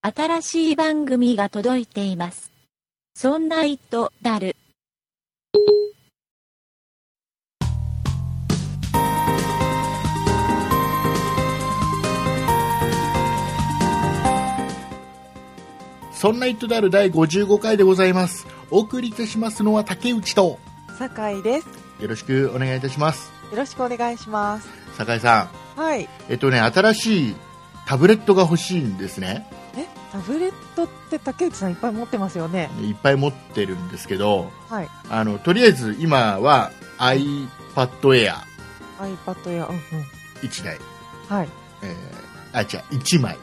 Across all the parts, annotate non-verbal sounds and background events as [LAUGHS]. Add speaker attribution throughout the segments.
Speaker 1: 新しい番組が届いています。そんな糸だる。
Speaker 2: そんな糸である第55回でございます。お送りいたしますのは竹内と、
Speaker 3: 酒井です。よ
Speaker 2: よろしくお願いいたします。
Speaker 3: ろしくお願いします。
Speaker 2: 酒井さ
Speaker 3: はい。
Speaker 2: ん、えっとね、新しいタブレットが欲しいんですね。
Speaker 3: え、タブレットって竹内さんいっぱい持ってますよね。
Speaker 2: いっぱい持ってるんですけど、
Speaker 3: はい。
Speaker 2: あの、とりあえず今は iPad Air1
Speaker 3: iPad や、うんうん。
Speaker 2: 台、
Speaker 3: はい。
Speaker 2: えー、あ、違う、1枚。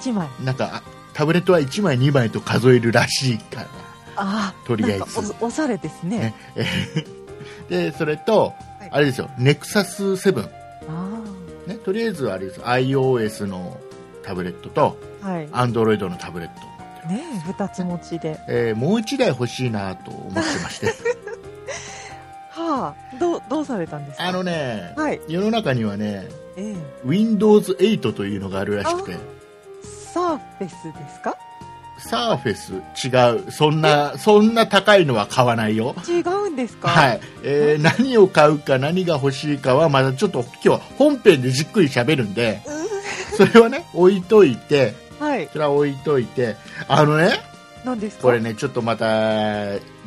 Speaker 3: 1枚。
Speaker 2: なんか、あタブレットは1枚2枚と数えるらしいから、
Speaker 3: あ
Speaker 2: と
Speaker 3: あ、
Speaker 2: り
Speaker 3: な
Speaker 2: あえ
Speaker 3: んか
Speaker 2: ず。
Speaker 3: おおしゃれですね。
Speaker 2: ねえーで、それと
Speaker 3: はい、
Speaker 2: あれですよ、Nexus 7。
Speaker 3: あ
Speaker 2: ね、とりあえずあれです iOS のタブレットと
Speaker 3: あ、はい。
Speaker 2: Android のタブレット、
Speaker 3: ねえ、2つ持ちで。
Speaker 2: えーもう1台欲しいなと思ってまして
Speaker 3: はあ、どう、どうされたんです
Speaker 2: [LAUGHS]
Speaker 3: か
Speaker 2: あのね、
Speaker 3: はい。
Speaker 2: 世の中にはね
Speaker 3: ええ
Speaker 2: Windows8 というのがあるらしくて
Speaker 3: サーフェスですか
Speaker 2: サーフェス違うそんなそんな高いのは買わないよ
Speaker 3: 違うんですか。
Speaker 2: はいい、えー何を買うか何が欲しいかはまだちょっと今日は本編でじっくり喋るん [LAUGHS] でそれはね置いといて
Speaker 3: はい。
Speaker 2: それは置いといてあのね
Speaker 3: 何ですか
Speaker 2: これ。ね、ちょっとまた、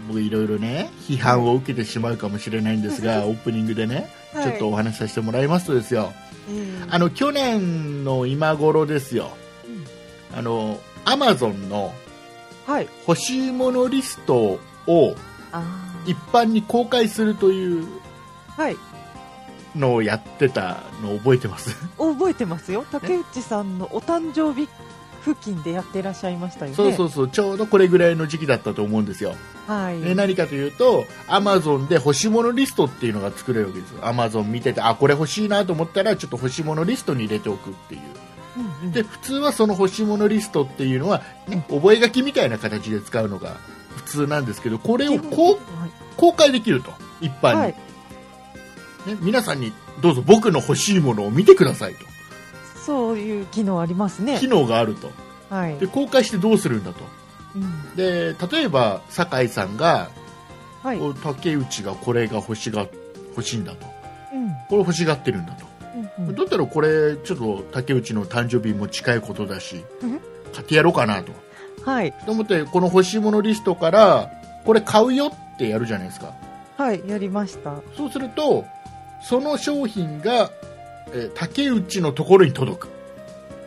Speaker 2: 僕いろいろね、批判を受けてしまうかもしれないんです [LAUGHS] が、オープニングでね、
Speaker 3: はい
Speaker 2: ちょっとお話しさせてもらいますとですよ、
Speaker 3: ええ
Speaker 2: あの、去年の今頃ですよ、あの、アマゾンの
Speaker 3: はい。
Speaker 2: 欲しいものリストを
Speaker 3: あ
Speaker 2: 一般に公開するという
Speaker 3: あ。はい。
Speaker 2: のをやってたのを覚えてます。
Speaker 3: 覚えてますよ。竹内さんのお誕生日付近でやってらっしゃいましたよね。
Speaker 2: そうそうそう、ちょうどこれぐらいの時期だったと思うんですよ。
Speaker 3: はい。
Speaker 2: ね、何かというと、アマゾンで欲しいものリストっていうのが作れるわけですよ、アマゾン見てて、あこれ欲しいなと思ったら、ちょっと欲しいものリストに入れておくっていう、
Speaker 3: うんうん
Speaker 2: で普通はその欲しいものリストっていうのは、ね、覚書きみたいな形で使うのが普通なんですけど、これをこう公開できると、一般に、
Speaker 3: はい、
Speaker 2: ね、皆さんにどうぞ僕の欲しいものを見てくださいと、
Speaker 3: そういう機能ありますね
Speaker 2: 機。能があると、
Speaker 3: はい。
Speaker 2: で公開してどうするんだと。
Speaker 3: うん
Speaker 2: で例えば酒井さんが、
Speaker 3: はい。うん。
Speaker 2: お竹内がこれが欲しが欲しいんだと
Speaker 3: う
Speaker 2: これ欲しがってるんだと
Speaker 3: んうん
Speaker 2: だったらこれちょっと竹内の誕生日も近いことだし
Speaker 3: うん
Speaker 2: 買ってやろうかなと
Speaker 3: はい。
Speaker 2: と思ってこの欲しいものリストからこれ買うよってやるじゃないですか
Speaker 3: はい。やりました。
Speaker 2: そうするとその商品が、えー竹内のところに届く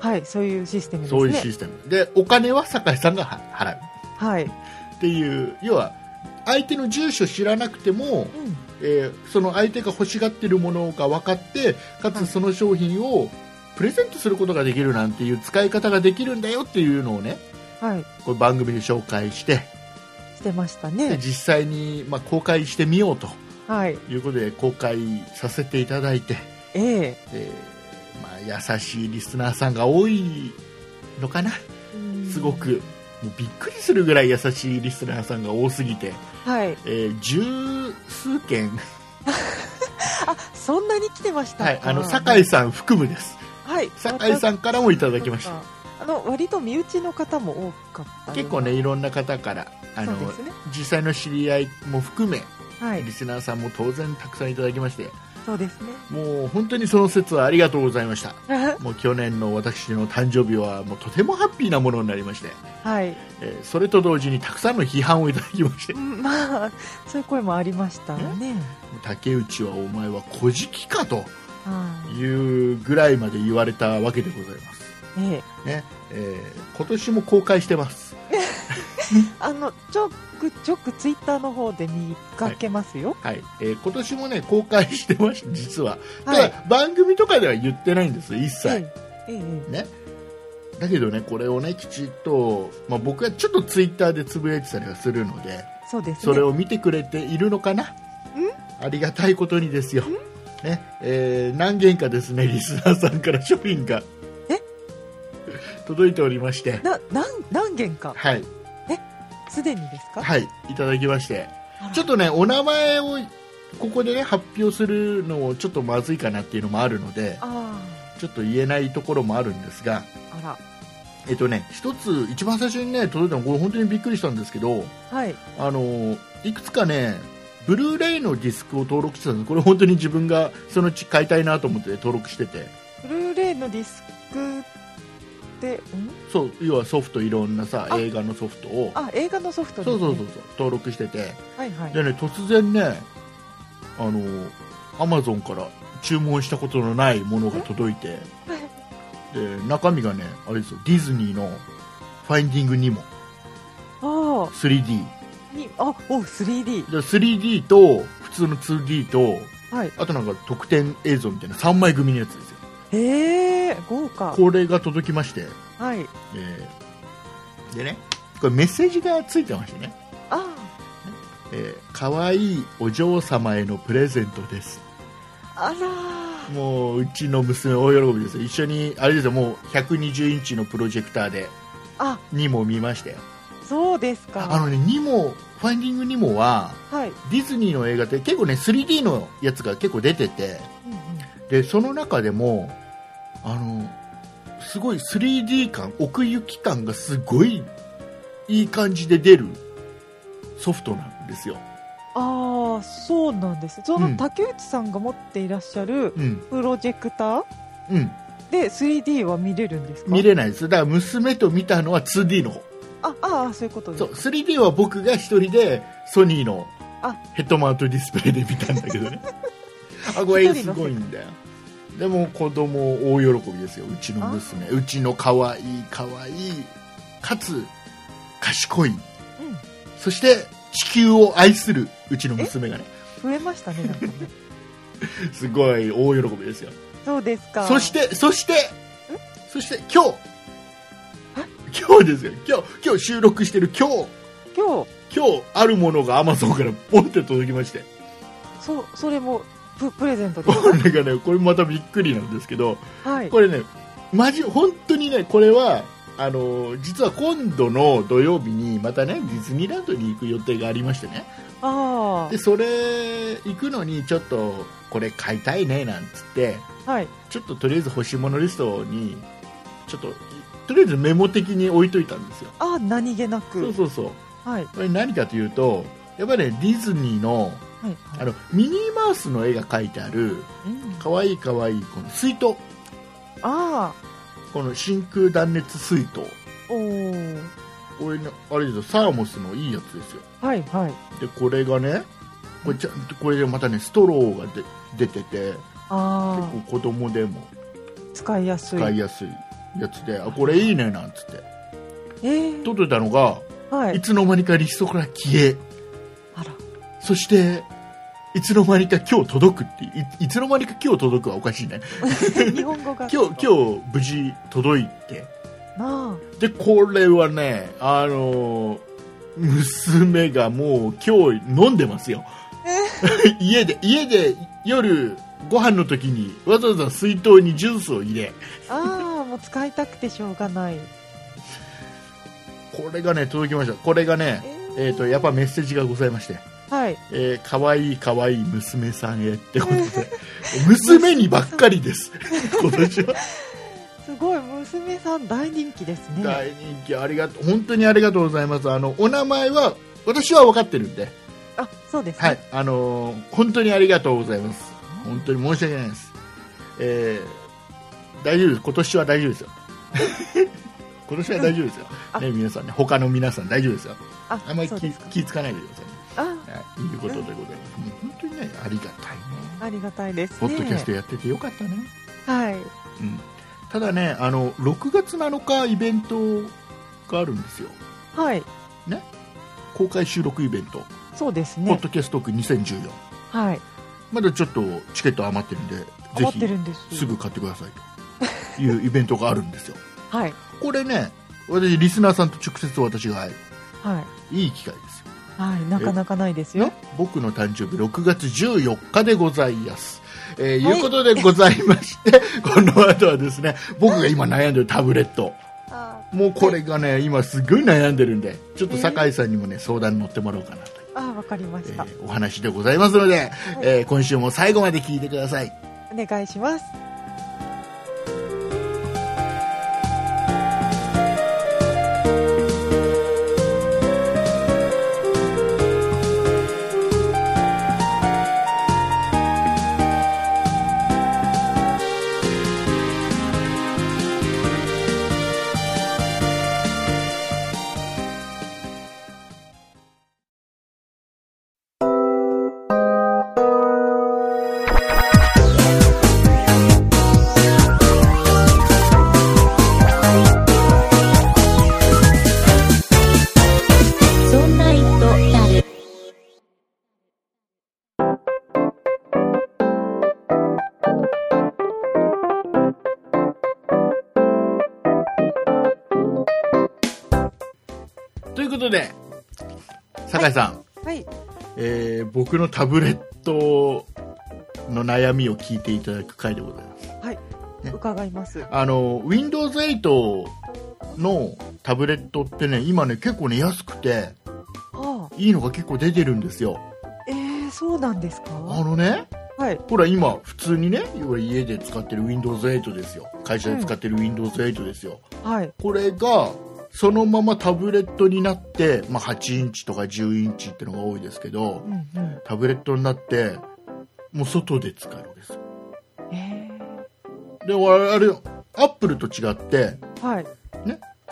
Speaker 3: はい。そういうシステムですね。
Speaker 2: そういうシステムで,、お金は酒井さんがは払う
Speaker 3: はい。
Speaker 2: っていう要は相手の住所知らなくても、
Speaker 3: うん。
Speaker 2: えーその相手が欲しがってるものが分かってかつその商品をプレゼントすることができるなんていう使い方ができるんだよっていうのをね
Speaker 3: はい。
Speaker 2: これ番組で紹介して
Speaker 3: してました
Speaker 2: で
Speaker 3: ね。
Speaker 2: 実際にまあ公開してみようと
Speaker 3: はい。
Speaker 2: いうことで公開させていただいて、
Speaker 3: ええ
Speaker 2: えーまあ、優しいリスナーさんが多いのかな
Speaker 3: うん
Speaker 2: すごく。もうびっくりするぐらい優しいリスナーさんが多すぎて、
Speaker 3: はい。
Speaker 2: えー十数件、
Speaker 3: あ、そんなに来てましたか。
Speaker 2: はい、あの酒井
Speaker 3: さ
Speaker 2: さん含むです
Speaker 3: ん。はい。
Speaker 2: 酒井さんからもいた
Speaker 3: い
Speaker 2: だきました。
Speaker 3: あの、割と身内の方も多かった。
Speaker 2: 結構ね、いろんな方からあの、
Speaker 3: そうですね。
Speaker 2: 実際の知り合いも含め、
Speaker 3: はい
Speaker 2: リ。スナーさんも当然たくさんいただきまして
Speaker 3: そうです
Speaker 2: [LAUGHS]
Speaker 3: ね。
Speaker 2: もう本当にその説はありがとうございましたもう去年の私の誕生日はもうとてもハッピーなものになりまして、
Speaker 3: はい。
Speaker 2: えーそれと同時にたくさんの批判をいただきまして
Speaker 3: うんまあ、そういう声もありましたね。
Speaker 2: 竹内はお前は小じかと
Speaker 3: はい。
Speaker 2: いうぐらいまで言われたわけでございます、
Speaker 3: ええ、
Speaker 2: ねえー今年も公開してます
Speaker 3: あのちょくちょくツイッターの方で見かけますよ。
Speaker 2: はい、えー今年もね公開してました実は、
Speaker 3: はい。
Speaker 2: ただ番組とかでは言ってないんですよ一切、
Speaker 3: ええええ
Speaker 2: ね、だけどね、これをねきちっと、まあ、僕はちょっとツイッターでつぶやいてたりはするので、
Speaker 3: そうですね。
Speaker 2: それを見てくれているのかな、ありがたいことにですよ、ねえー何件かですねリスナーさんから商品が
Speaker 3: え
Speaker 2: 届いておりまして、
Speaker 3: な何何件か
Speaker 2: はい、
Speaker 3: すでにですか。
Speaker 2: はい、いただきまして、
Speaker 3: あら
Speaker 2: ちょっとね、お名前をここでね発表するのをちょっとまずいかなっていうのもあるので、
Speaker 3: あ
Speaker 2: ちょっと言えないところもあるんですが、
Speaker 3: ああら
Speaker 2: えっとね、一つ、一番最初にね、届いたの、これ本当にびっくりしたんですけど、
Speaker 3: はい。
Speaker 2: あの、いくつかね、ブルーレイのディスクを登録してたんです。これ本当に自分がそのうち買いたいなと思って登録してて。
Speaker 3: ブルーレイのディスクで、ん
Speaker 2: そう、要はソフトいろんなさ、
Speaker 3: あ
Speaker 2: 映画のソフトを、
Speaker 3: あ、映画のソフトです
Speaker 2: そう
Speaker 3: ね。
Speaker 2: そうそうそう、登録してて。
Speaker 3: はいはい。
Speaker 2: でね、突然ね、あの、アマゾンから注文したことのないものが届いて、で、中身がね、あれですよ、ディズニーのファインディングにも
Speaker 3: [LAUGHS] あ
Speaker 2: 3D。
Speaker 3: あ、に、あ、お、3D。
Speaker 2: で 3D と普通の 2D と
Speaker 3: はい。
Speaker 2: あとなんか特典映像みたいな3枚組のやつですよ
Speaker 3: へえ、豪華。
Speaker 2: これが届きまして、
Speaker 3: はい。
Speaker 2: えーでねこれメッセージがついてましてね
Speaker 3: あ
Speaker 2: 「えー、かわいいお嬢様へのプレゼントです
Speaker 3: あ、あらー」
Speaker 2: もううちの娘大喜びですよ一緒にあれですよもう120インチのプロジェクターで
Speaker 3: あ、
Speaker 2: ニモを見ましたよ
Speaker 3: そうですか。
Speaker 2: あのねニモファインディングニモは
Speaker 3: はい。
Speaker 2: ディズニーの映画って結構ね 3D のやつが結構出てて
Speaker 3: うんうん
Speaker 2: でその中でもあのすごい 3D 感奥行き感がすごいいい感じで出るソフトなんですよ、
Speaker 3: ああ、そうなんです。そ
Speaker 2: うん
Speaker 3: の竹内さんが持っていらっしゃる
Speaker 2: うん
Speaker 3: プロジェクター
Speaker 2: うん、
Speaker 3: で 3D は見れるんですか
Speaker 2: 見れないですだから娘と見たのは 2D の方
Speaker 3: あああ、そういうことです
Speaker 2: そう 3D は僕が一人でソニーの
Speaker 3: あ
Speaker 2: ヘッドマウントディスプレイで見たんだけ [LAUGHS] どねあこれ
Speaker 3: 一人
Speaker 2: す
Speaker 3: の
Speaker 2: ごいんだよでも子供大喜びですようちの娘うちの可愛い可愛いかつ賢い
Speaker 3: うん。
Speaker 2: そして地球を愛するうちの娘がね
Speaker 3: 増えましたね、なんかね。
Speaker 2: [LAUGHS] すごい大喜びですよ
Speaker 3: そうですか。
Speaker 2: そし、てそしてそして今日今日ですよ今日今日収録してる今日
Speaker 3: 今日、
Speaker 2: 今日あるものがアマゾンからポンって届きまして
Speaker 3: そ、それもププレゼントで
Speaker 2: [LAUGHS] こ
Speaker 3: すか
Speaker 2: れがねこれまたびっくりなんですけど
Speaker 3: はい。
Speaker 2: これねマジ本当にねこれはあの実は今度の土曜日にまたねディズニーランドに行く予定がありましてね
Speaker 3: あ
Speaker 2: でそれ行くのにちょっとこれ買いたいねなんつって
Speaker 3: あ、はい。
Speaker 2: ちょっととりあえず欲しいものリストにちょっととりあえずメモ的に置いといたんですよ、
Speaker 3: ああ、何気なく。
Speaker 2: そうそうそう
Speaker 3: はい。
Speaker 2: これ何かというとやっぱり、ね、ディズニーの
Speaker 3: はい。
Speaker 2: あのミニーマウスの絵が描いてある
Speaker 3: うん
Speaker 2: かわいいかわいいこの水筒
Speaker 3: ああ、
Speaker 2: この真空断熱水筒
Speaker 3: おー。
Speaker 2: これねあれですよサーモスのいいやつですよ
Speaker 3: はい、はい。
Speaker 2: でこれがねこれちゃんとこれでまたねストローがで出てて結
Speaker 3: あ
Speaker 2: 構子供でも
Speaker 3: あ、使いやすい。
Speaker 2: 使いやすいやつで、あこれいいねなんつって
Speaker 3: ええ
Speaker 2: 届いたのが、、
Speaker 3: はいい。
Speaker 2: つの間にかリストから消え
Speaker 3: あら。
Speaker 2: そしていつの間にか今日届くっていういいつの間にか今日届くはおかしいね
Speaker 3: 日本語が。
Speaker 2: 今日今日無事届いて
Speaker 3: 日。
Speaker 2: [LAUGHS]
Speaker 3: な
Speaker 2: でこれはねあのー娘がもう今日飲んでます [LAUGHS] よ家で家で夜ご飯の時にわざわざ水筒にジュースを入れ
Speaker 3: あ。ああ、もう使いたくてしょうがない。
Speaker 2: これがね届きましたこれがねえー、とやっぱメッセージがございまして、
Speaker 3: はい。
Speaker 2: えー、かわいいかわいい娘さんへってこと [LAUGHS] で娘にばっかりです [LAUGHS] 今年は
Speaker 3: すごい、娘さん大人気ですね。
Speaker 2: 大人気ありがとう本当にありがとうございますあのお名前は私は分かってるんで、
Speaker 3: あ、そうです、ね。
Speaker 2: はい。あのー本当にありがとうございます本当に申し訳ないです、えー大丈夫です今年は大丈夫
Speaker 3: [LAUGHS]
Speaker 2: ですよ今年は大丈夫ですよ、
Speaker 3: あ
Speaker 2: ね、皆さんね他の皆さん大丈夫ですよ
Speaker 3: あ、
Speaker 2: あんまり
Speaker 3: そう
Speaker 2: 気
Speaker 3: ですか。
Speaker 2: 気ぃつかないでくださいね
Speaker 3: あ、
Speaker 2: はい、いうことでございます。もう本当にね、ありがたいね。
Speaker 3: ありがたいです、ね。
Speaker 2: ポッドキャストやっててよかったね。
Speaker 3: はい。
Speaker 2: うん。ただね、あの、6月7日イベントがあるんですよ。
Speaker 3: はい。
Speaker 2: 公開収録イベント。
Speaker 3: そうです
Speaker 2: ポッ
Speaker 3: ね。
Speaker 2: ドキャストーク2014。
Speaker 3: はい。
Speaker 2: まだちょっとチケット余ってるんで、ぜ
Speaker 3: 余って
Speaker 2: ひ
Speaker 3: るんです。
Speaker 2: すぐ。買ってくださいというイベントがあるんですよ。
Speaker 3: はい。
Speaker 2: これね、私、リスナーさんと直接私が会える。
Speaker 3: はい。
Speaker 2: いい機会ですよ。
Speaker 3: はい。なかなかないですよ。
Speaker 2: 僕の誕生日6月14日でございます。えー
Speaker 3: はい
Speaker 2: いうことでございまして、 [LAUGHS] この後はですね、僕が今悩んでるタブレット。
Speaker 3: あ
Speaker 2: もうこれがね、今すごい悩んでるんで、ちょっと酒井さんにもね、相談に乗ってもらおうかなという、
Speaker 3: あ、わかりま
Speaker 2: え
Speaker 3: した。
Speaker 2: ーお話でございますので、えー今週も最後まで聞いてください。
Speaker 3: お願いします。
Speaker 2: ことで、酒井さん、
Speaker 3: はい。
Speaker 2: えー僕のタブレットの悩みを聞いていただく回でございます。ね
Speaker 3: 伺います。
Speaker 2: あの、Windows 8のタブレットってね、今ね、結構ね、安くて、
Speaker 3: あ
Speaker 2: いいのが結構出てるんですよ。
Speaker 3: あ、えー、そうなんです
Speaker 2: あ
Speaker 3: か
Speaker 2: のね、
Speaker 3: はい。
Speaker 2: ほら今、普通にね、要は家で使ってる Windows 8ですよ。会社で使ってる Windows 8ですよ。
Speaker 3: はい。
Speaker 2: これが、そのままタブレットになって、まあ8インチとか10インチってのが多いですけど、
Speaker 3: うんうん。
Speaker 2: タブレットになって、もう外で使えるわけですよ。
Speaker 3: え
Speaker 2: で、我々、アップルと違って、
Speaker 3: ー、はい。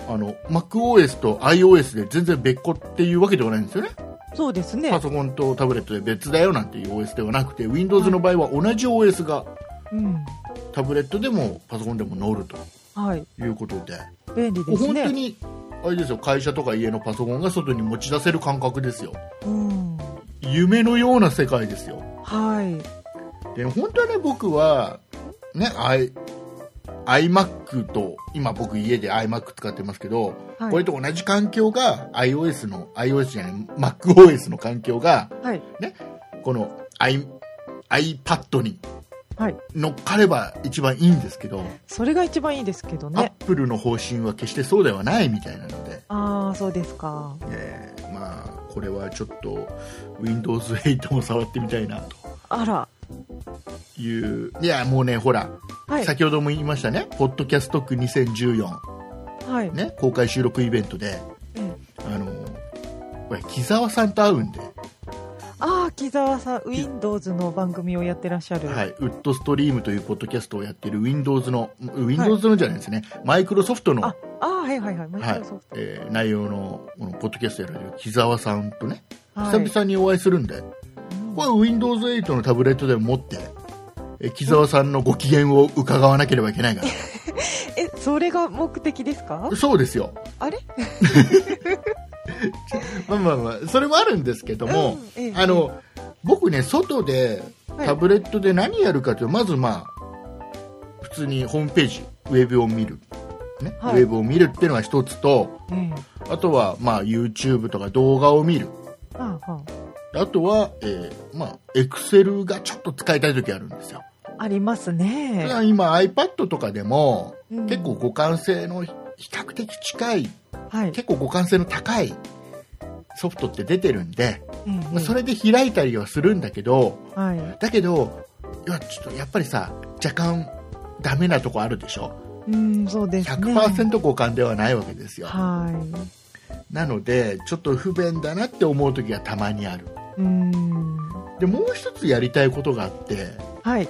Speaker 2: あの、MacOS と iOS で全然別個っていうわけではないんですよね。
Speaker 3: そうですね
Speaker 2: パ。ソコンとタブレットで別だよなんていう OS ではなくて、Windows の場合は同じ OS が
Speaker 3: うん。
Speaker 2: タブレットでもパソコンでも乗ると
Speaker 3: はい。
Speaker 2: いうことで、
Speaker 3: 便利で
Speaker 2: もう
Speaker 3: す
Speaker 2: 本当
Speaker 3: ね。
Speaker 2: に、あれですよ、会社とか家のパソコンが外に持ち出せる感覚ですよ。
Speaker 3: うん。
Speaker 2: 夢のような世界ですよ。
Speaker 3: はい。
Speaker 2: で本当はね僕はね i iMac と今僕家で iMac 使ってますけど、
Speaker 3: はい
Speaker 2: これと同じ環境が iOS の iOS じゃない MacOS の環境が
Speaker 3: はい。
Speaker 2: この i iPad に
Speaker 3: はい。
Speaker 2: 乗っかれば一番いいんですけど、
Speaker 3: それが一番いいですけど
Speaker 2: アッ
Speaker 3: ね。
Speaker 2: プルの方針は決してそうではないみたいなので、
Speaker 3: ああ、そうですか。
Speaker 2: えーまあこれはちょっと Windows8 も触ってみたいなと
Speaker 3: あら。
Speaker 2: いういやもうねほら、
Speaker 3: はい。
Speaker 2: 先ほども言いましたね「ポッドキャスト区2014」
Speaker 3: はい。
Speaker 2: ね、公開収録イベントで、
Speaker 3: うん
Speaker 2: あのこれ木澤さんと会うんで、
Speaker 3: ああ、木澤さん、Windows の番組をやってらっしゃる。
Speaker 2: はい、ウッドストリームというポッドキャストをやってる Windows の Windows のじゃないですね、マイクロソフトの
Speaker 3: あ、あーはいはいはい。マイクロソフト。
Speaker 2: えー内容のこのポッドキャストやられる木澤さんとね、
Speaker 3: はい。
Speaker 2: 久々にお会いするんで、これ Windows8 のタブレットでも持って、えー木澤さんのご機嫌を伺わなければいけ
Speaker 3: [LAUGHS]
Speaker 2: ないか
Speaker 3: え、それが目的ですから
Speaker 2: そうですよ、
Speaker 3: あれ
Speaker 2: まあまあまあ、それもあるんですけども、
Speaker 3: うんええ
Speaker 2: あの僕ね、外で
Speaker 3: はい
Speaker 2: タブレットで何やるかというとまず、まあ、普通にホームページウェブを見る、ね
Speaker 3: はい
Speaker 2: ウェブを見るっていうのが一つと
Speaker 3: ええ
Speaker 2: あとは、まあ、YouTube とか動画を見る
Speaker 3: あああ
Speaker 2: あとは、えーまあ、Excel がちょっと使いたい時あるんですよ、
Speaker 3: あありますね。
Speaker 2: だから今 iPad とかでも、
Speaker 3: うん
Speaker 2: 結構互換性の比較的近い
Speaker 3: はい。
Speaker 2: 結構互換性の高いソフトって出てるんで、まあそ
Speaker 3: れ、
Speaker 2: れで開いたりはするんだけど、
Speaker 3: はい。
Speaker 2: だけどいやちょっとやっぱりさ若干ダメなとこあるでしょ
Speaker 3: うん、そうですね。
Speaker 2: 100%交換ではないわけですよ、
Speaker 3: は
Speaker 2: なのでちょっと不便だなって思う時がたまにある
Speaker 3: い。うん。
Speaker 2: でもう一つやりたいことがあって
Speaker 3: はい。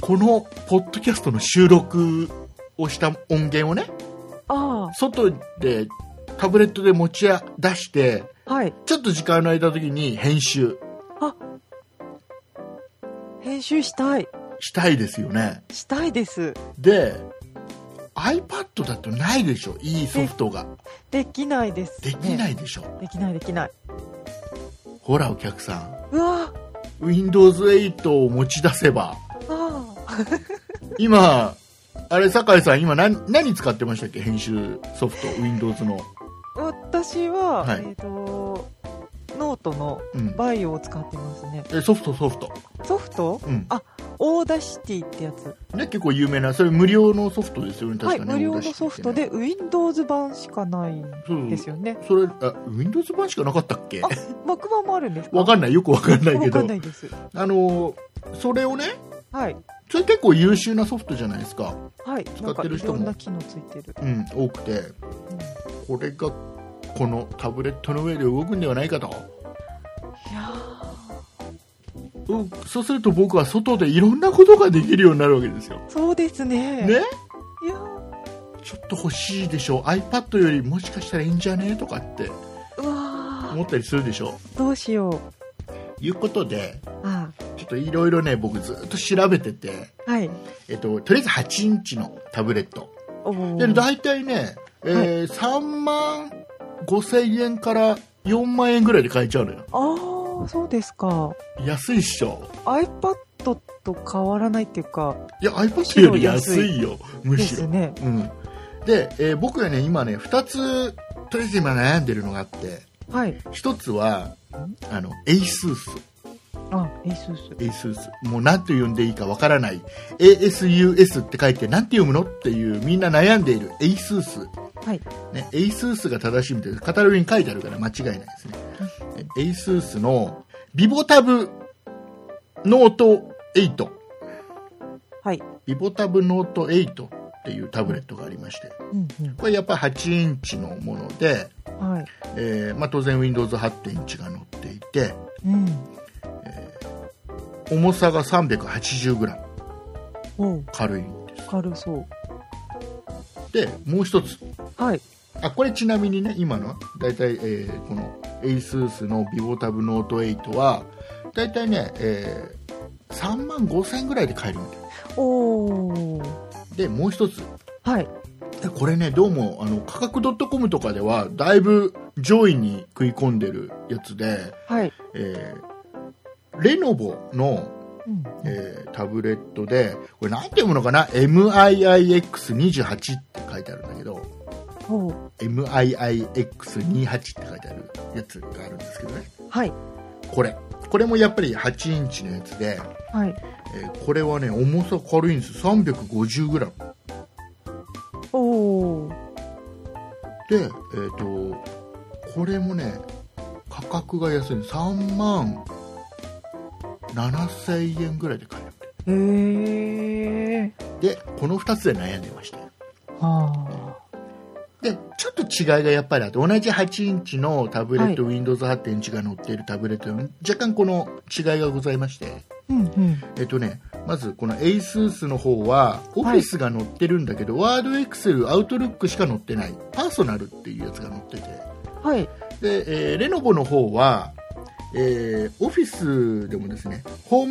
Speaker 2: このポッドキャストの収録をした音源をね
Speaker 3: あ
Speaker 2: 外でタブレットで持ち出して
Speaker 3: あ、はい。
Speaker 2: ちょっと時間の空いた時に編集
Speaker 3: 編集したい。
Speaker 2: したいですよね
Speaker 3: したいです。
Speaker 2: で iPad だとないでしょいいソフトが
Speaker 3: できないです、。
Speaker 2: できないいでしょ、
Speaker 3: できない、できない。
Speaker 2: ほらお客さん
Speaker 3: うわ
Speaker 2: Windows8 を持ち出せば
Speaker 3: ーああ、
Speaker 2: 今あれ酒井さん今何何使ってましたっけ編集ソフト Windows の、
Speaker 3: 私は、
Speaker 2: はい
Speaker 3: えっ、と、ノートの
Speaker 2: うん、
Speaker 3: バイオを使ってますね。
Speaker 2: えソフトソフト、
Speaker 3: ソフト
Speaker 2: うん
Speaker 3: オーダーシティってやつ。
Speaker 2: ね、結構有名なそれ無料のソフトですよね
Speaker 3: は
Speaker 2: 確
Speaker 3: い、
Speaker 2: かね、
Speaker 3: 無料
Speaker 2: オーダ
Speaker 3: の
Speaker 2: ーシテ
Speaker 3: ソ
Speaker 2: ィっ
Speaker 3: フ
Speaker 2: て
Speaker 3: ト
Speaker 2: ね
Speaker 3: で Windows 版しかないん
Speaker 2: そう
Speaker 3: ですよね。
Speaker 2: それあ Windows 版しかなかったっけ
Speaker 3: あ幕版もあるんですか
Speaker 2: わかんないよくわかんないけ
Speaker 3: わか
Speaker 2: ど
Speaker 3: んないです。
Speaker 2: あのそれをね
Speaker 3: はい。
Speaker 2: それ結構優秀なソフトじゃないですか、
Speaker 3: はい。
Speaker 2: 使
Speaker 3: な
Speaker 2: っ
Speaker 3: んか
Speaker 2: てる
Speaker 3: い
Speaker 2: 人も
Speaker 3: ろんな機能ついてる。
Speaker 2: うん、多くて
Speaker 3: うん
Speaker 2: これがこのタブレットの上で動くんではないかと
Speaker 3: いや
Speaker 2: うんそうすると僕は外でいろんなことができるようになるわけですよ、
Speaker 3: ーそうですね。
Speaker 2: ね、
Speaker 3: いやー
Speaker 2: ちょっと欲しいでしょ iPad よりもしかしたらいいんじゃねとかって
Speaker 3: うわ
Speaker 2: 思ったりするでしょ
Speaker 3: ーどうしよう。
Speaker 2: いうことで
Speaker 3: あ
Speaker 2: ちょっといろいろね僕ずっと調べてて、
Speaker 3: ーはい。
Speaker 2: えっと、とりあえず8インチのタブレット
Speaker 3: おー
Speaker 2: で大体ね、えー3万5000円から4万円ぐらいで買えちゃうのよ
Speaker 3: ああ、そうですか。
Speaker 2: 安いっしょ
Speaker 3: iPad と変わらないっていうか、
Speaker 2: いや iPad より安いよむ
Speaker 3: で
Speaker 2: しろ
Speaker 3: すね。
Speaker 2: うん、で、えー僕はね今ね2つとりあえず今悩んでるのがあって
Speaker 3: はい。
Speaker 2: 一つはあのエイスース
Speaker 3: あ、エイスース。
Speaker 2: エイスースもう何て呼んでいいかわからない ASUS って書いて何て読むのっていうみんな悩んでいるエイスース
Speaker 3: はい。
Speaker 2: ね、エイスースが正しいみたいな、カタログに書いてあるから間違いないですね。エイスースのビボタブノート8。
Speaker 3: はい。
Speaker 2: ビボタブノート8っていうタブレットがありまして、
Speaker 3: うん
Speaker 2: これやっぱ8インチのもので、
Speaker 3: うん。はい。
Speaker 2: えーまあ、当然 Windows8.1 が載っていて、
Speaker 3: うん。
Speaker 2: 重さが 380g。
Speaker 3: おう、
Speaker 2: 軽いんで
Speaker 3: 軽そう。
Speaker 2: す。で、もう一つ。
Speaker 3: はい。
Speaker 2: あ、これちなみにね、今の、だいたい、えーこの、エイスースのビボタブノート8は、だいたいね、えー3万5000円ぐらいで買えるんだよ。
Speaker 3: おー。
Speaker 2: で、もう一つ。
Speaker 3: はい。
Speaker 2: でこれね、どうも、あの、価格 .com とかでは、だいぶ上位に食い込んでるやつで、
Speaker 3: はい。
Speaker 2: えーレノボの、
Speaker 3: うん。
Speaker 2: えータブレットで、これなんていうものかな ?MIIX28 って書いてあるんだけど、
Speaker 3: おう。
Speaker 2: MIIX28 って書いてあるやつがあるんですけどね
Speaker 3: はい。
Speaker 2: これこれもやっぱり8インチのやつで、
Speaker 3: はい。
Speaker 2: えーこれはね重さ軽いんです 350g
Speaker 3: おー。
Speaker 2: でえっ、とこれもね価格が安い3万7000円ぐらいで買える
Speaker 3: へー。
Speaker 2: でこの2つで悩んでましたよ
Speaker 3: は
Speaker 2: でちょっと違いがやっぱりあって同じ8インチのタブレット、Windows8.1 が載っているタブレットに若干この違いがございまして
Speaker 3: ー。うんうん。
Speaker 2: えっとね、まずこの ASUS の方は、オフィスが載ってるんだけど、ワード、エクセル、アウトルックしか載ってない、パーソナルっていうやつが載ってて、
Speaker 3: はい。
Speaker 2: で、えーレノボの方は、えーオフィスでもですね、ホー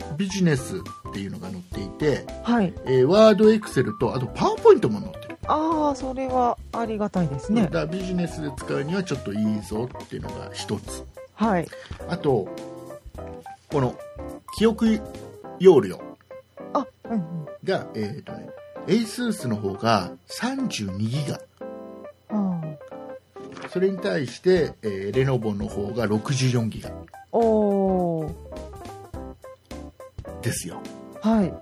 Speaker 2: ムビジネスっていうのが載っていて、
Speaker 3: はい。
Speaker 2: えーワード、エクセルと、あとパワーポイントも載ってる。
Speaker 3: ああ、それはありがたいですね
Speaker 2: だ。からビジネスで使うにはちょっといいぞっていうのが一つ。
Speaker 3: はい。
Speaker 2: あと、この、記憶容量。
Speaker 3: あ、うんうん。
Speaker 2: が、えーとね、ASUS の方が32ギガ
Speaker 3: あ
Speaker 2: それに対して、えーレノボの方が64ギガ
Speaker 3: ーおー。
Speaker 2: ですよ
Speaker 3: はい。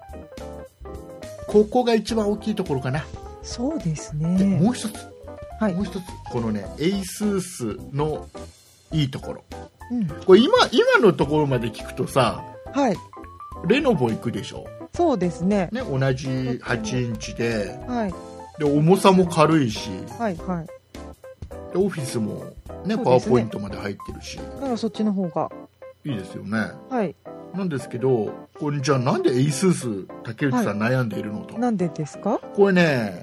Speaker 2: ここが一番大きいところかな、
Speaker 3: そうです
Speaker 2: で
Speaker 3: ね。
Speaker 2: もう一つ
Speaker 3: はい
Speaker 2: もう。一つこのね ASUS のいいところ
Speaker 3: うん。
Speaker 2: これ今今のところまで聞くとさ
Speaker 3: はい。
Speaker 2: レノボ行くでしょ、
Speaker 3: そうですね。
Speaker 2: ね、同じ8インチで
Speaker 3: はい。
Speaker 2: で重さも軽いし
Speaker 3: はい。はい。
Speaker 2: でオフィスも、ね、パ
Speaker 3: そう
Speaker 2: ワ
Speaker 3: です
Speaker 2: ー
Speaker 3: ね
Speaker 2: ポイントまで入ってるし
Speaker 3: ならそっちの方が。
Speaker 2: いいですよね
Speaker 3: はい。
Speaker 2: なんですけど、これじゃあなんでエイスース竹内さん悩んでいるのと、
Speaker 3: なんでですか
Speaker 2: これね、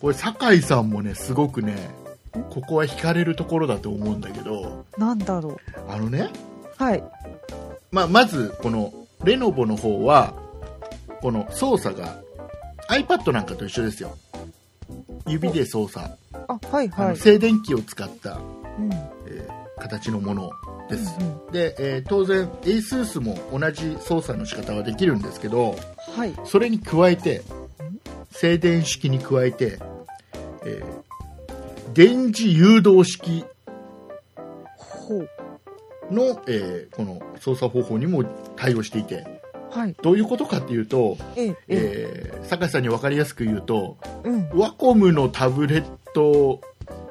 Speaker 2: これ酒井さんもね、すごくね、ここは惹かれるところだと思うんだけど、
Speaker 3: なんだろう。
Speaker 2: あのね、
Speaker 3: はい。
Speaker 2: まあ、まずこのレノボの方は、この操作が iPad なんかと一緒ですよ。指で操作、
Speaker 3: あ、はい
Speaker 2: あ
Speaker 3: は
Speaker 2: の
Speaker 3: い。
Speaker 2: 静電気を使った、
Speaker 3: うん。
Speaker 2: えー形のものです。
Speaker 3: うんうん
Speaker 2: で、えー当然、エイスースも同じ操作の仕方はできるんですけど、
Speaker 3: はい。
Speaker 2: それに加えて静電式に加えて、えー電磁誘導式
Speaker 3: ほう。
Speaker 2: の、えーこの操作方法にも対応していて
Speaker 3: はい。
Speaker 2: どういうことかっていうと、
Speaker 3: ええ、ええ。
Speaker 2: えー酒井さんに分かりやすく言うと
Speaker 3: うん。
Speaker 2: ワコムのタブレット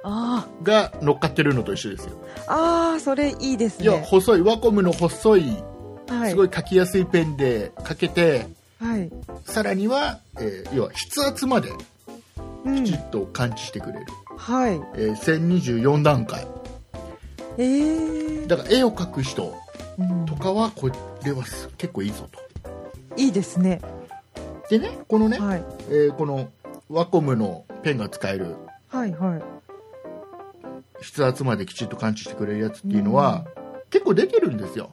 Speaker 3: あ
Speaker 2: が乗っかってるのと一緒ですよ、
Speaker 3: あ。ああ、それいいです
Speaker 2: いや
Speaker 3: ね。
Speaker 2: 細いワコムの細い
Speaker 3: はい。
Speaker 2: すごい書きやすいペンで書けて、
Speaker 3: はい。
Speaker 2: さらには、えー要は筆圧まで
Speaker 3: う
Speaker 2: き
Speaker 3: ん
Speaker 2: ち。っと感知してくれる、
Speaker 3: はい。
Speaker 2: えー1024段階
Speaker 3: ええ。
Speaker 2: だから絵を描く人
Speaker 3: うん
Speaker 2: とかはこれはす結構いいぞと
Speaker 3: いいですね。
Speaker 2: でねこのね、
Speaker 3: はい。
Speaker 2: えーこのワコムのペンが使える
Speaker 3: はいはい。
Speaker 2: 筆圧まできちっと感知してくれるやつっていうのは、結構出てるんですよ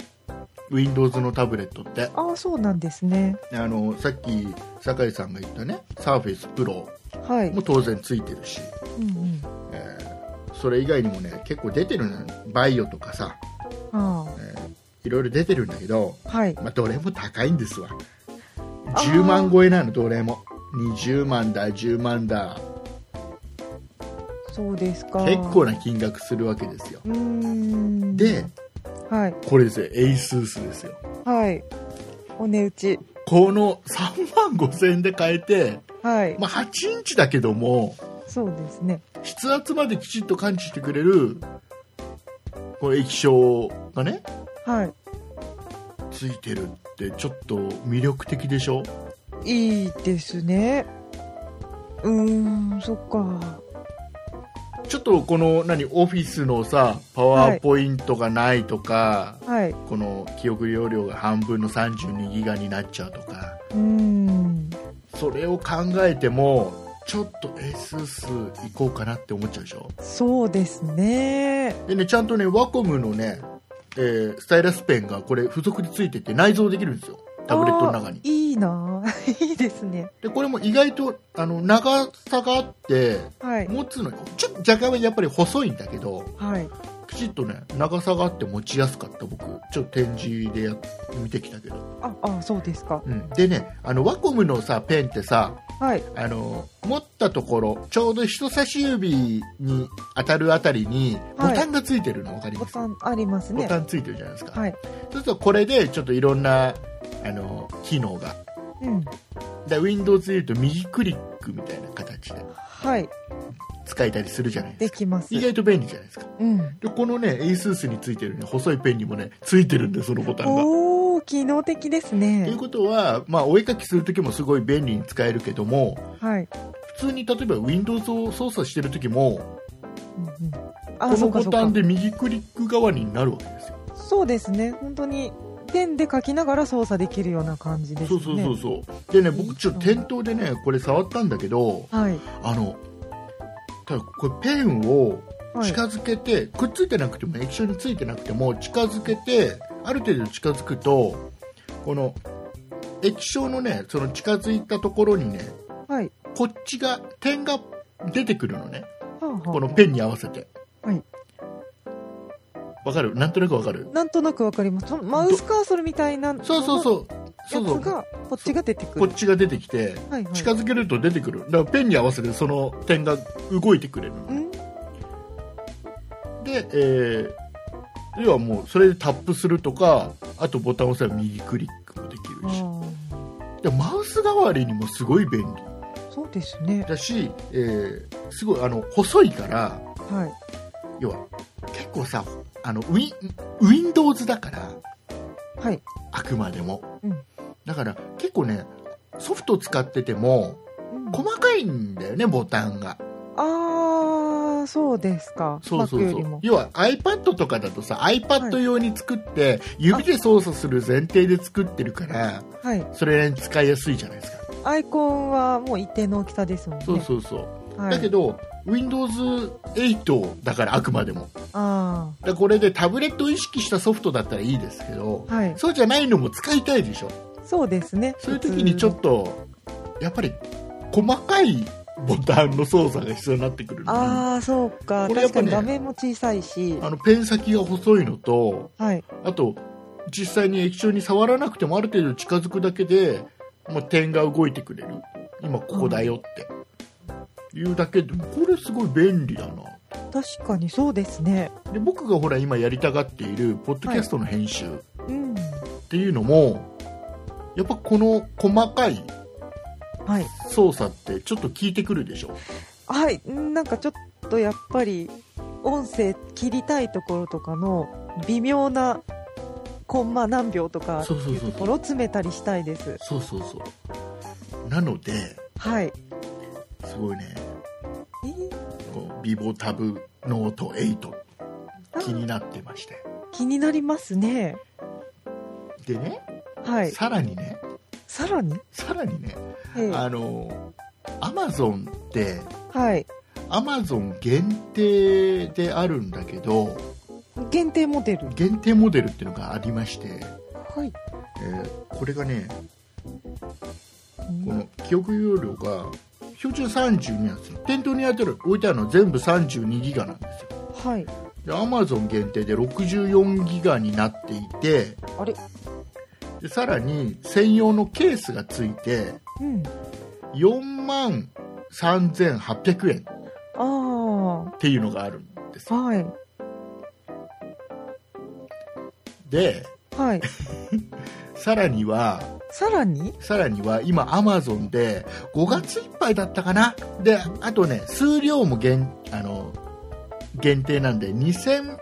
Speaker 2: Windows のタブレットって
Speaker 3: ああ、そうなんですね。
Speaker 2: あのさっき酒井さんが言ったね SurfacePro
Speaker 3: はい。
Speaker 2: も当然ついてるし、
Speaker 3: うんうん。
Speaker 2: えーそれ以外にもね結構出てるのよバイオとかさ
Speaker 3: あ
Speaker 2: いろいろ出てるんだけど、
Speaker 3: あ。はい。
Speaker 2: まあ、どれも高いんですわ
Speaker 3: あー
Speaker 2: 10万超えなのどれも20万だ10万だ
Speaker 3: そうですか。
Speaker 2: 結構な金額するわけですよ
Speaker 3: うーん。
Speaker 2: で、
Speaker 3: はい、
Speaker 2: これですよエイスースですよ
Speaker 3: はい。お値打ち。
Speaker 2: この3万5000円で買えて、
Speaker 3: はい、
Speaker 2: まあ、8インチだけども
Speaker 3: そうですね。
Speaker 2: 筆圧まできちっと感知してくれるこの液晶がね
Speaker 3: はい。
Speaker 2: ついてるってちょっと魅力的でしょ
Speaker 3: いいですね。うーん、そっか。
Speaker 2: ちょっとこの何オフィスのさパワーポイントがないとか、
Speaker 3: はい。う
Speaker 2: この記憶容量が半分の32ギガになっちゃうとか
Speaker 3: ーん。
Speaker 2: それを考えてもちょっと ASUS 行こうかなって思っちゃうでしょ
Speaker 3: そうですね。
Speaker 2: でねちゃんとねワコムのね、えースタイラスペンがこれ付属で付いてて内蔵できるんですよタブレットの中に
Speaker 3: あーいいな。 [LAUGHS] いいですね。
Speaker 2: でこれも意外とあの長さがあって
Speaker 3: はい。
Speaker 2: 持つのちょっと若干はやっぱり細いんだけど
Speaker 3: はい。
Speaker 2: きちっとね長さがあって持ちやすかった僕ちょっと展示でやっ見てきたけど、
Speaker 3: あ、あ、そうですか。
Speaker 2: うん、でねあのワコムのさペンってさ
Speaker 3: はい。
Speaker 2: あの持ったところちょうど人差し指に当たるあたりにボ
Speaker 3: はい
Speaker 2: タンがついてるの分かり
Speaker 3: ボ
Speaker 2: ます、
Speaker 3: タンあります
Speaker 2: ボ
Speaker 3: ね。
Speaker 2: タンついてるじゃないですか、
Speaker 3: はい。
Speaker 2: そうするとこれでちょっといろんなあの機能が
Speaker 3: うん。
Speaker 2: で Windows でいうと右クリックみたいな形で
Speaker 3: はい。
Speaker 2: 使えたりするじゃないで
Speaker 3: です
Speaker 2: か
Speaker 3: きます
Speaker 2: 意。外と便利じゃないですか
Speaker 3: うん。
Speaker 2: でこのね ASUS についてる、ね、細いペンにもねついてるんでそのボタンが
Speaker 3: おー、機能的です
Speaker 2: とい
Speaker 3: ね
Speaker 2: う。ことは、まあ、お絵描きするときもすごい便利に使えるけども
Speaker 3: はい。
Speaker 2: 普通に例えば Windows を操作してるときも
Speaker 3: うんうん、
Speaker 2: こ
Speaker 3: あ、そ
Speaker 2: の
Speaker 3: うか
Speaker 2: ボ
Speaker 3: そう
Speaker 2: タ
Speaker 3: か
Speaker 2: ン。で右クリック側になるわけですよ
Speaker 3: そうですね。本当に、ペンで書きながら操作できるような感じですね。
Speaker 2: そうそうそうそうでね僕ちょっと店頭でねこれ触ったんだけど
Speaker 3: はい。
Speaker 2: あのただこれペンを
Speaker 3: はい。
Speaker 2: 近づけて、くっついてなくても液晶についてなくても近づけてある程度近づくとこの液晶のねその近づいたところにね
Speaker 3: はい。
Speaker 2: こっちが点が出てくるのねこ
Speaker 3: こ
Speaker 2: のペンに合わせて
Speaker 3: はい
Speaker 2: わかるなんとなくわかる
Speaker 3: なんとなくわかりますそのマウスカーソルみたいなのの
Speaker 2: そうそうそうそうそ
Speaker 3: や
Speaker 2: う
Speaker 3: つがこっちが出てく
Speaker 2: こっ
Speaker 3: る
Speaker 2: ちが出てきて
Speaker 3: はいはい
Speaker 2: 近づけると出てくるだからペンに合わせてその点が動いてくれるの
Speaker 3: うん
Speaker 2: で、えー要はもうそれでタップするとかあとボタンを押せば右クリックもでき
Speaker 3: あ
Speaker 2: るし
Speaker 3: ー
Speaker 2: でマウス代わりにもすごい便利
Speaker 3: そうですね
Speaker 2: だし、えーすごいあの細いから
Speaker 3: はい
Speaker 2: 要は結構さあのウィン Windows だから
Speaker 3: はい
Speaker 2: あくまでも、
Speaker 3: うん
Speaker 2: だから結構ねソフト使ってても
Speaker 3: うん
Speaker 2: 細かいんだよねボタンが
Speaker 3: ああそうですか
Speaker 2: そうそう
Speaker 3: Mac よ
Speaker 2: そ
Speaker 3: り
Speaker 2: う
Speaker 3: も
Speaker 2: 要は iPad とかだとさ iPad 用に作って、指で操作する前提で作ってるから
Speaker 3: はい
Speaker 2: それなりに使いやすいじゃないですか、
Speaker 3: アイコンはもう一定の大きさですもんね
Speaker 2: そうそうそう、
Speaker 3: はい
Speaker 2: だけど Windows8 だからあくまでも
Speaker 3: あ
Speaker 2: だからこれでタブレットを意識したソフトだったらいいですけど、
Speaker 3: あはい
Speaker 2: そうじゃないのも使いたいでしょ
Speaker 3: そうですね
Speaker 2: そういう時にちょっとやっぱり細かいボタンの操作が必要になってくるので
Speaker 3: ああそうか
Speaker 2: これやっ
Speaker 3: 確
Speaker 2: ぱね
Speaker 3: かに画面も小さいし
Speaker 2: あのペン先が細いのと
Speaker 3: はい
Speaker 2: あと実際に液晶に触らなくてもある程度近づくだけで、まあ、点が動いてくれる今ここだよって、いうだけでこれすごい便利だな
Speaker 3: 確かにそうですね
Speaker 2: で僕がほら今やりたがっているポッドキャストの編集っ
Speaker 3: うん
Speaker 2: ていうのも、やっぱこの細かい
Speaker 3: はい
Speaker 2: 操作ってちょっと効いてくるでしょ
Speaker 3: はい、なんかちょっとやっぱり音声切りたいところとかの微妙なコンマ何秒とか
Speaker 2: そうそうそうそ
Speaker 3: とこ
Speaker 2: う
Speaker 3: ろ詰めたりしたいです。
Speaker 2: そうそうそうなので
Speaker 3: はい。
Speaker 2: すごいね
Speaker 3: えー
Speaker 2: こうビボタブノート8気になってまして
Speaker 3: 気になりますね。
Speaker 2: でね、
Speaker 3: はい。
Speaker 2: さらにね
Speaker 3: さらに、
Speaker 2: さらにね、
Speaker 3: えー
Speaker 2: あの、アマゾンって、
Speaker 3: はい。
Speaker 2: アマゾン限定であるんだけど、
Speaker 3: 限定モデル。
Speaker 2: 限定モデルっていうのがありまして、
Speaker 3: はい。
Speaker 2: えーこれがね、
Speaker 3: うん
Speaker 2: この記憶容量が、標準32なんですよ。店頭にあってる置いてあるのは全部32ギガなんですよ。
Speaker 3: はい。
Speaker 2: で、アマゾン限定で64ギガになっていて、
Speaker 3: あれ
Speaker 2: でさらに専用のケースがついて、
Speaker 3: うん。
Speaker 2: 4万3800円。
Speaker 3: あは
Speaker 2: ていうのがあるんですよ
Speaker 3: い。
Speaker 2: で
Speaker 3: はい。
Speaker 2: さらには
Speaker 3: さらに
Speaker 2: さらには今アマゾンで5月いっぱいだったかなであとね数量も限あの限定なんで2000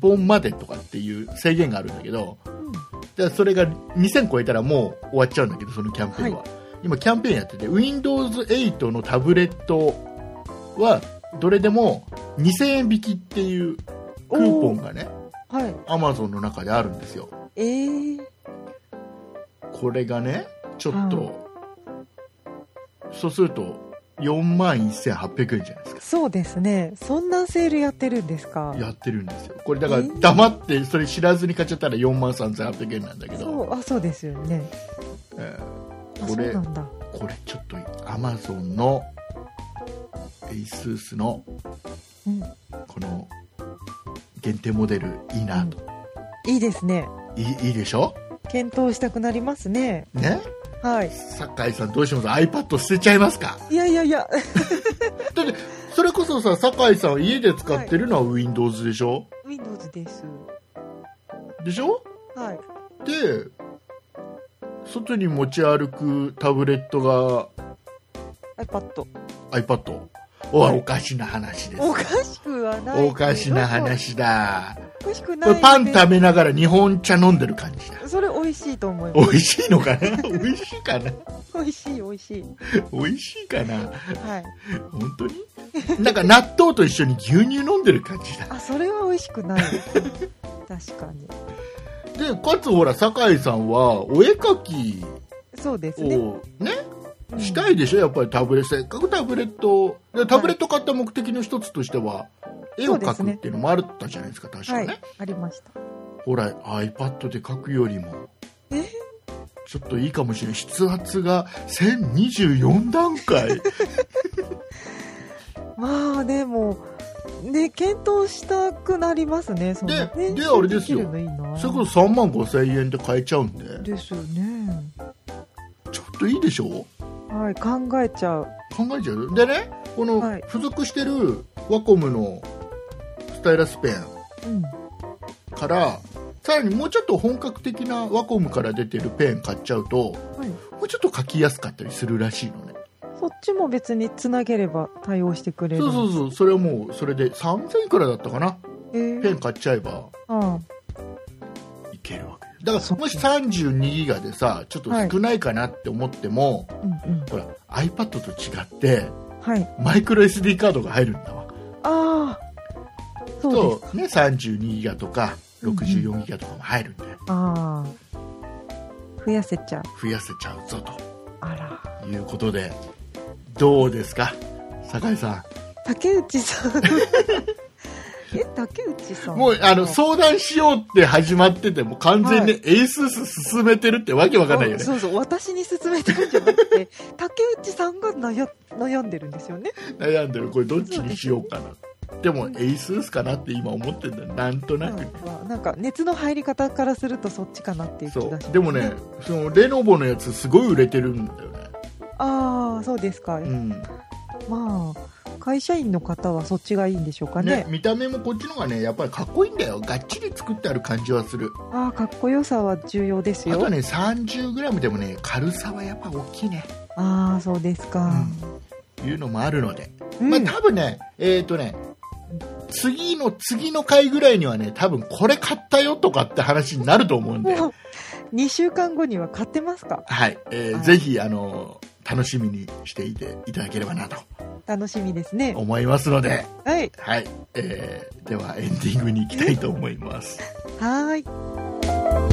Speaker 2: 本までとかっていう制限があるんだけど
Speaker 3: うん
Speaker 2: でそれが2000超えたらもう終わっちゃうんだけどそのキャンペーンは、今キャンペーンやってて Windows8 のタブレットはどれでも2000円引きっていうクーポンがね
Speaker 3: はい。
Speaker 2: Amazon の中であるんですよ
Speaker 3: えー、
Speaker 2: これがねちょっと、そうすると4万1800円じゃないですか
Speaker 3: そうですね。そんなセールやってるんですか
Speaker 2: やってるんですよこれだから
Speaker 3: えー
Speaker 2: 黙ってそれ知らずに買っちゃったら4万3800円なんだけ
Speaker 3: そ
Speaker 2: ど、
Speaker 3: う、あ、そうですよね。
Speaker 2: えー
Speaker 3: あ、そ
Speaker 2: こ
Speaker 3: う
Speaker 2: れ
Speaker 3: なんだ。
Speaker 2: これちょっと Amazon の ASUS の
Speaker 3: うん。
Speaker 2: この限定モデルいいなと、
Speaker 3: いいですね。
Speaker 2: いいいいでしょ
Speaker 3: 検討したくなりますね。
Speaker 2: ね
Speaker 3: はい。
Speaker 2: 酒井さんどうします iPad 捨てちゃいますか
Speaker 3: いやいやい [LAUGHS] や、
Speaker 2: だってそれこそさ酒井さんは家で使ってるのは Windows でしょ、
Speaker 3: Windows です。
Speaker 2: でしょ
Speaker 3: はい。
Speaker 2: で外に持ち歩くタブレット
Speaker 3: iPad。
Speaker 2: が iPad お,、
Speaker 3: はい
Speaker 2: おかしな話です
Speaker 3: おかしくはないけど。
Speaker 2: おかしな。話だ
Speaker 3: おかしくない
Speaker 2: これ
Speaker 3: けど。
Speaker 2: パン食べながら日本茶飲んでる感じだ
Speaker 3: それ美味しいと思い
Speaker 2: 美
Speaker 3: ます。
Speaker 2: 味しいのかな美味しいかな
Speaker 3: 美味しい美味しい。
Speaker 2: 美味しいかな
Speaker 3: はい。
Speaker 2: 本当になんか納豆と一緒に牛乳飲んでる感じだ
Speaker 3: あ、それは美味しくない。確かに。
Speaker 2: でかつほら酒井さんはお絵描き
Speaker 3: そうですね。
Speaker 2: をね
Speaker 3: うん
Speaker 2: したいでしょやっぱりタブレットせっかくタブレットをでタブレット買った目的の一つとしては、絵を描くっていうのもあったじゃないですか確か
Speaker 3: は
Speaker 2: ね、
Speaker 3: い。ありました。
Speaker 2: ほら iPad で描くよりも
Speaker 3: え
Speaker 2: ちょっといいかもしれない筆圧が1024段 [LAUGHS] 階
Speaker 3: まあでも、ね、検討したくなりますね、そんな。
Speaker 2: で
Speaker 3: ね
Speaker 2: であれですよ
Speaker 3: きるのいいな
Speaker 2: それこそ3万5000円で買えちゃうんで
Speaker 3: ですよね。
Speaker 2: ちょっといいでしょ
Speaker 3: はい、考えちゃう。
Speaker 2: 考えちゃうでねこの
Speaker 3: はい
Speaker 2: 付属してるワコムのスタイラスペン
Speaker 3: うん。
Speaker 2: からさらにもうちょっと本格的なワコムから出てるペン買っちゃうと
Speaker 3: はい。
Speaker 2: もうちょっと書きやすかったりするらしいのね
Speaker 3: そっちも別につなげれば対応してくれる。
Speaker 2: そうそうそうそれはもうそれで3000いくらだったかな
Speaker 3: えー
Speaker 2: ペン買っちゃえば
Speaker 3: あ
Speaker 2: いけるわけですだか
Speaker 3: そ
Speaker 2: ら
Speaker 3: う
Speaker 2: もし32ギガでさちょっと少ないかなって思っても、
Speaker 3: あうんうん。
Speaker 2: ほら iPad と違って
Speaker 3: はい。
Speaker 2: マイクロ SD カードが入るんだわ
Speaker 3: ああ。そうです。
Speaker 2: ね32ギガとか64ギガとかも入るんで、
Speaker 3: ああ。増やせちゃう。
Speaker 2: 増やせちゃうぞと
Speaker 3: あら。
Speaker 2: いうことでどうですか酒井さん
Speaker 3: 竹内
Speaker 2: [LAUGHS]
Speaker 3: さん。え、竹内さん。
Speaker 2: もうあの相談しようって始まってても完全に
Speaker 3: は
Speaker 2: エースス進めてるってわけわかんないよね、
Speaker 3: そうそう、私に勧めてるんじゃなく
Speaker 2: [LAUGHS]
Speaker 3: て、竹内さんが悩悩んでるんですよね。
Speaker 2: 悩んでるこれどっちにしようかなでもエーススかなって今思ってんだよなんとなく、
Speaker 3: まあなんか熱の入り方からするとそっちかなっていう気がし
Speaker 2: そ
Speaker 3: ます、
Speaker 2: うでもねそのレノボのやつすごい売れてるんだよね
Speaker 3: ああそうですか、
Speaker 2: うんね
Speaker 3: まあ会社員の方はそっちがいいんでしょうかね
Speaker 2: 見た目もこっちの方がねやっぱりかっこいいんだよがっちり作ってある感じはする
Speaker 3: ああかっこよさは重要です
Speaker 2: あと
Speaker 3: よ
Speaker 2: はね 30g でもね軽さはやっぱ大きいね
Speaker 3: ああそうですか、
Speaker 2: いうのもあるので
Speaker 3: うん
Speaker 2: ま
Speaker 3: [LAUGHS]
Speaker 2: あ、多分ね、えっ、とね、次の次の回ぐらいにはね、多分これ買ったよとかって話になると思
Speaker 3: [LAUGHS]
Speaker 2: うんで、
Speaker 3: もう2週間後には買ってますか
Speaker 2: はい、えー
Speaker 3: はい
Speaker 2: ぜひあの楽しみにしていていただければなと
Speaker 3: 楽しみですね
Speaker 2: 思いますので、
Speaker 3: はい
Speaker 2: はい、えーではエンディングに行きたいと思います。
Speaker 3: はーい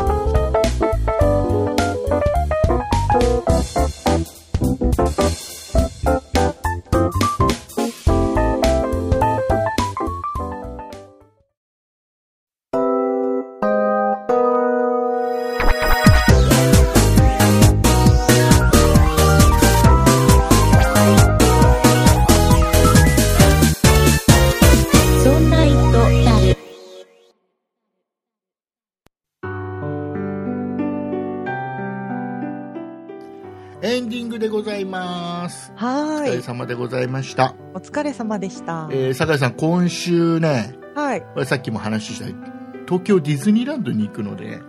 Speaker 1: そんな糸だる、
Speaker 2: [LAUGHS] エンディングでございます。
Speaker 3: は
Speaker 2: お疲
Speaker 3: ー
Speaker 2: れ
Speaker 3: い。
Speaker 2: 様でございました。
Speaker 3: お疲れ様でした。
Speaker 2: えー、酒井さん、今週ね、
Speaker 3: はい。
Speaker 2: これさっきも話しした、東京ディズニーランドに行くので、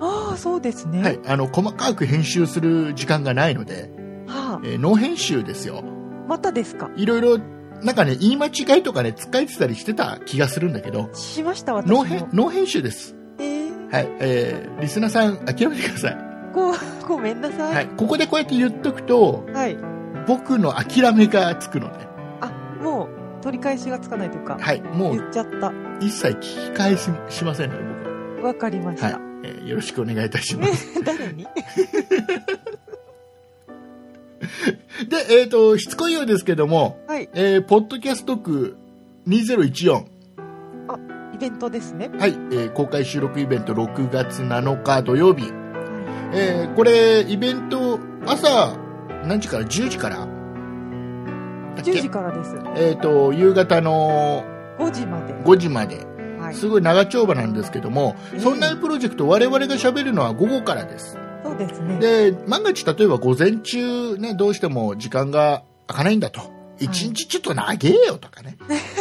Speaker 3: ああ、そうですね。
Speaker 2: はい、あの、細かく編集する時間がないので、
Speaker 3: は
Speaker 2: えー、ノー編集ですよ。
Speaker 3: あ、またですか
Speaker 2: いろいろ、なんかね、言い間違いとかね、使えてたりしてた気がするんだけど、
Speaker 3: しました、私
Speaker 2: ノー
Speaker 3: も。
Speaker 2: 編、ノー編集です。
Speaker 3: えー、
Speaker 2: はい、えー、リスナーさん、諦めてください。
Speaker 3: ご、ごめんなさ。
Speaker 2: はいい、ここでこうやって言っとくと、
Speaker 3: はい。
Speaker 2: 僕の諦めがつくので、
Speaker 3: あ、もう、取り返しがつかないというか、
Speaker 2: はい、もう
Speaker 3: 言っちゃった。
Speaker 2: 一切聞き返ししませんので、僕は。
Speaker 3: わかりまし
Speaker 2: はい
Speaker 3: た。、
Speaker 2: えーよろしくお願いいたします。
Speaker 3: [LAUGHS] 誰に
Speaker 2: で、えっ、と、しつこいようですけども、
Speaker 3: はい。
Speaker 2: えーポッドキャスト区2014、
Speaker 3: イベントですね。
Speaker 2: はい、えー公開収録イベント6月7日土曜日、えーこれ、イベント、朝、何時から ?10 時からだっけ
Speaker 3: 10時からです。
Speaker 2: えっ、と、夕方の
Speaker 3: 5時まで。
Speaker 2: 5時まで、
Speaker 3: はい。
Speaker 2: すごい長丁場なんですけども、
Speaker 3: うん
Speaker 2: そんなプロジェクト、我々が喋るのは午後からです。
Speaker 3: そうですね。
Speaker 2: で、万が一、例えば午前中、ね、どうしても時間が開かないんだと、一日ちょっと長えよとかね、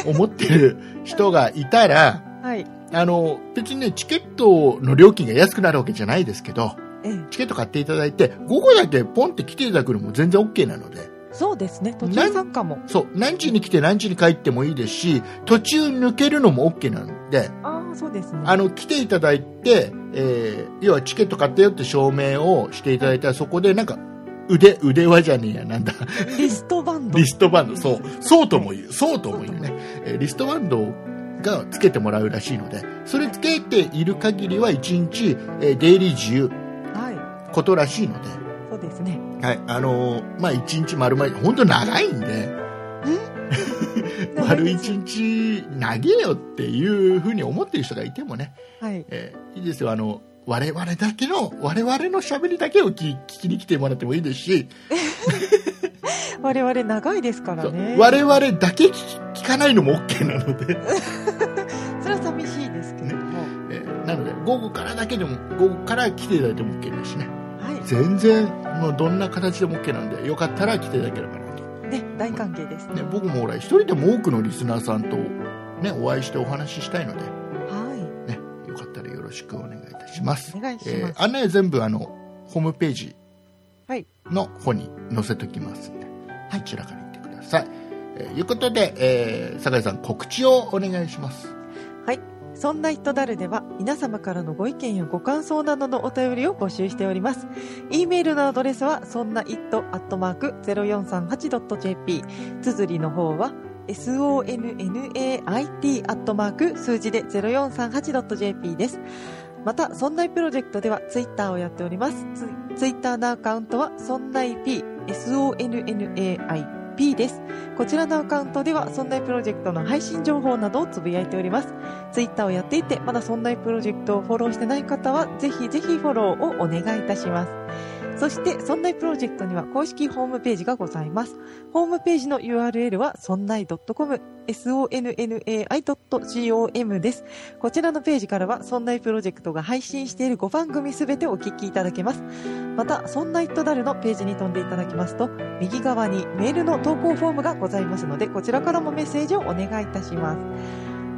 Speaker 2: 思ってる人がいたら、
Speaker 3: はい。
Speaker 2: あの、別にね、チケットの料金が安くなるわけじゃないですけど、
Speaker 3: ええ、
Speaker 2: チケット買っていただいて、午後だけポンって来ていただくのも全然 OK なので、
Speaker 3: そうですね。途
Speaker 2: なん
Speaker 3: 中参加も。
Speaker 2: そう、何時に来て何時に帰ってもいいですし、途中抜けるのも OK なんで、
Speaker 3: ああ、そうですね。
Speaker 2: あの、来ていただいて、えー要はチケット買ったよって証明をしていただいたら、そこでなんか、腕、腕輪じゃねえや、なんだ、
Speaker 3: リストバンド
Speaker 2: リ。ストバンド、そう、そうとも [LAUGHS] 言う、そうとも言うね。えーリストバンドがつけてもらうらしいので、それつけている限りは1日、えー、出入り自由、
Speaker 3: は
Speaker 2: ことらしいので、
Speaker 3: い。そうです
Speaker 2: [LAUGHS]
Speaker 3: ね。
Speaker 2: はい、あのーまあ、1日丸々、本当長いんで、丸1日長えよっていうふうに思ってる人がいてもね、
Speaker 3: はい。
Speaker 2: えーいいですよ、あの、我々だけの、我々の喋りだけを聞聞きに来てもらってもいいですし、
Speaker 3: 我々長いですから
Speaker 2: そう
Speaker 3: ね。
Speaker 2: 我々だけ聞き聞かないのも OK なので、 [LAUGHS]
Speaker 3: それは寂しいですけども。
Speaker 2: えーなので、午後からだけでも、午後から来ていただいても OK ですしね、
Speaker 3: は
Speaker 2: 全然、もうどんな形でも OK なんで、よかったら来ていただければなと。
Speaker 3: い。ね、大歓迎です。
Speaker 2: ね、僕もほら、一人でも多くのリスナーさんと、ね、お会いしてお話ししたいので、
Speaker 3: は
Speaker 2: ね、よかったらよろしくお願いいたします
Speaker 3: い。。お願いし
Speaker 2: え
Speaker 3: ま
Speaker 2: ー
Speaker 3: す。
Speaker 2: 案内は全部あのホームページ
Speaker 3: はい
Speaker 2: の方に載せときますんで、そちらから行ってください。えーいうことで、えー、酒井さん告知をお願いします。
Speaker 3: そんな人だるでは、皆様からのご意見やご感想などのお便りを募集しております。e メールのアドレスは、そんな it.0438.jp。綴りの方は、sonnait. 数字で 0438.jp です。また、そんないプロジェクトではツイッターをやっております。ツイツイッターのアカウントは、そんない p、sonnaip です。こちらのアカウントでは、そんないプロジェクトの配信情報などをつぶやいております。ツイッターをやっていて、まだそんなプロジェクトをフォローしてない方は、ぜひぜひフォローをお願いいたします。そして、そんなプロジェクトには公式ホームページがございます。ホームページの URL は、そんない .com、sonnai.com です。こちらのページからは、そんなプロジェクトが配信している5番組すべてお聞きいただけます。また、そんなイットダルのページに飛んでいただきますと、右側にメールの投稿フォームがございますので、こちらからもメッセージをお願いいたしま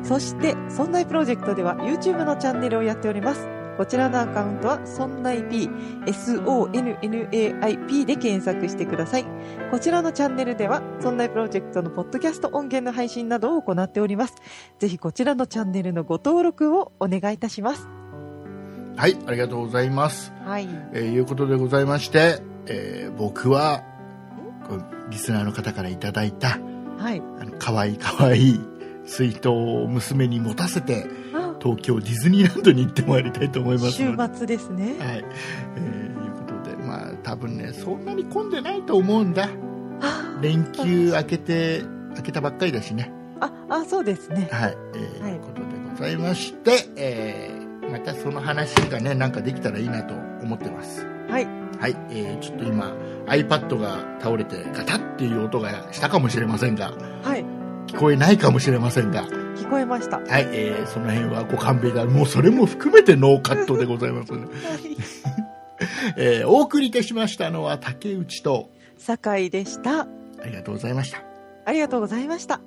Speaker 3: す。そして、そんないプロジェクトでは YouTube のチャンネルをやっております。こちらのアカウントは、そんない P、sonnaip で検索してください。こちらのチャンネルでは、そんないプロジェクトのポッドキャスト音源の配信などを行っております。ぜひこちらのチャンネルのご登録をお願いいたします。
Speaker 2: はい、ありがとうございます。
Speaker 3: はい。
Speaker 2: えーいうことでございまして、えー僕は、こうリスナーの方からいただいた、
Speaker 3: はい。
Speaker 2: あの、かわいいかわいい水筒を娘に持たせて、東京ディズニーランドに行ってまいりたいと思いますの
Speaker 3: 週
Speaker 2: で。
Speaker 3: 末ですね。
Speaker 2: はい、えーいうことで、まあ、多分ね、そんなに混んでないと思うんだ。
Speaker 3: あ
Speaker 2: 連休明けて、明けたばっかりだしね。
Speaker 3: あ、あ、そうですね。
Speaker 2: はい、えー
Speaker 3: はい
Speaker 2: いうことでございまして、えーまたその話がね、なんかできたらいいなと思ってます。
Speaker 3: はい。
Speaker 2: はい、えーちょっと今、iPad が倒れて、ガタッっていう音がしたかもしれませんが、
Speaker 3: はい。
Speaker 2: 聞こえないかもしれませんが、
Speaker 3: 聞こえました。は
Speaker 2: はい、えーその辺はご勘弁が、もうそれも含めてノーカットでございますので
Speaker 3: い。
Speaker 2: えーお送りいたしましたのは竹内と
Speaker 3: 酒井でした。
Speaker 2: ありがとうございました
Speaker 3: ありがとうございました。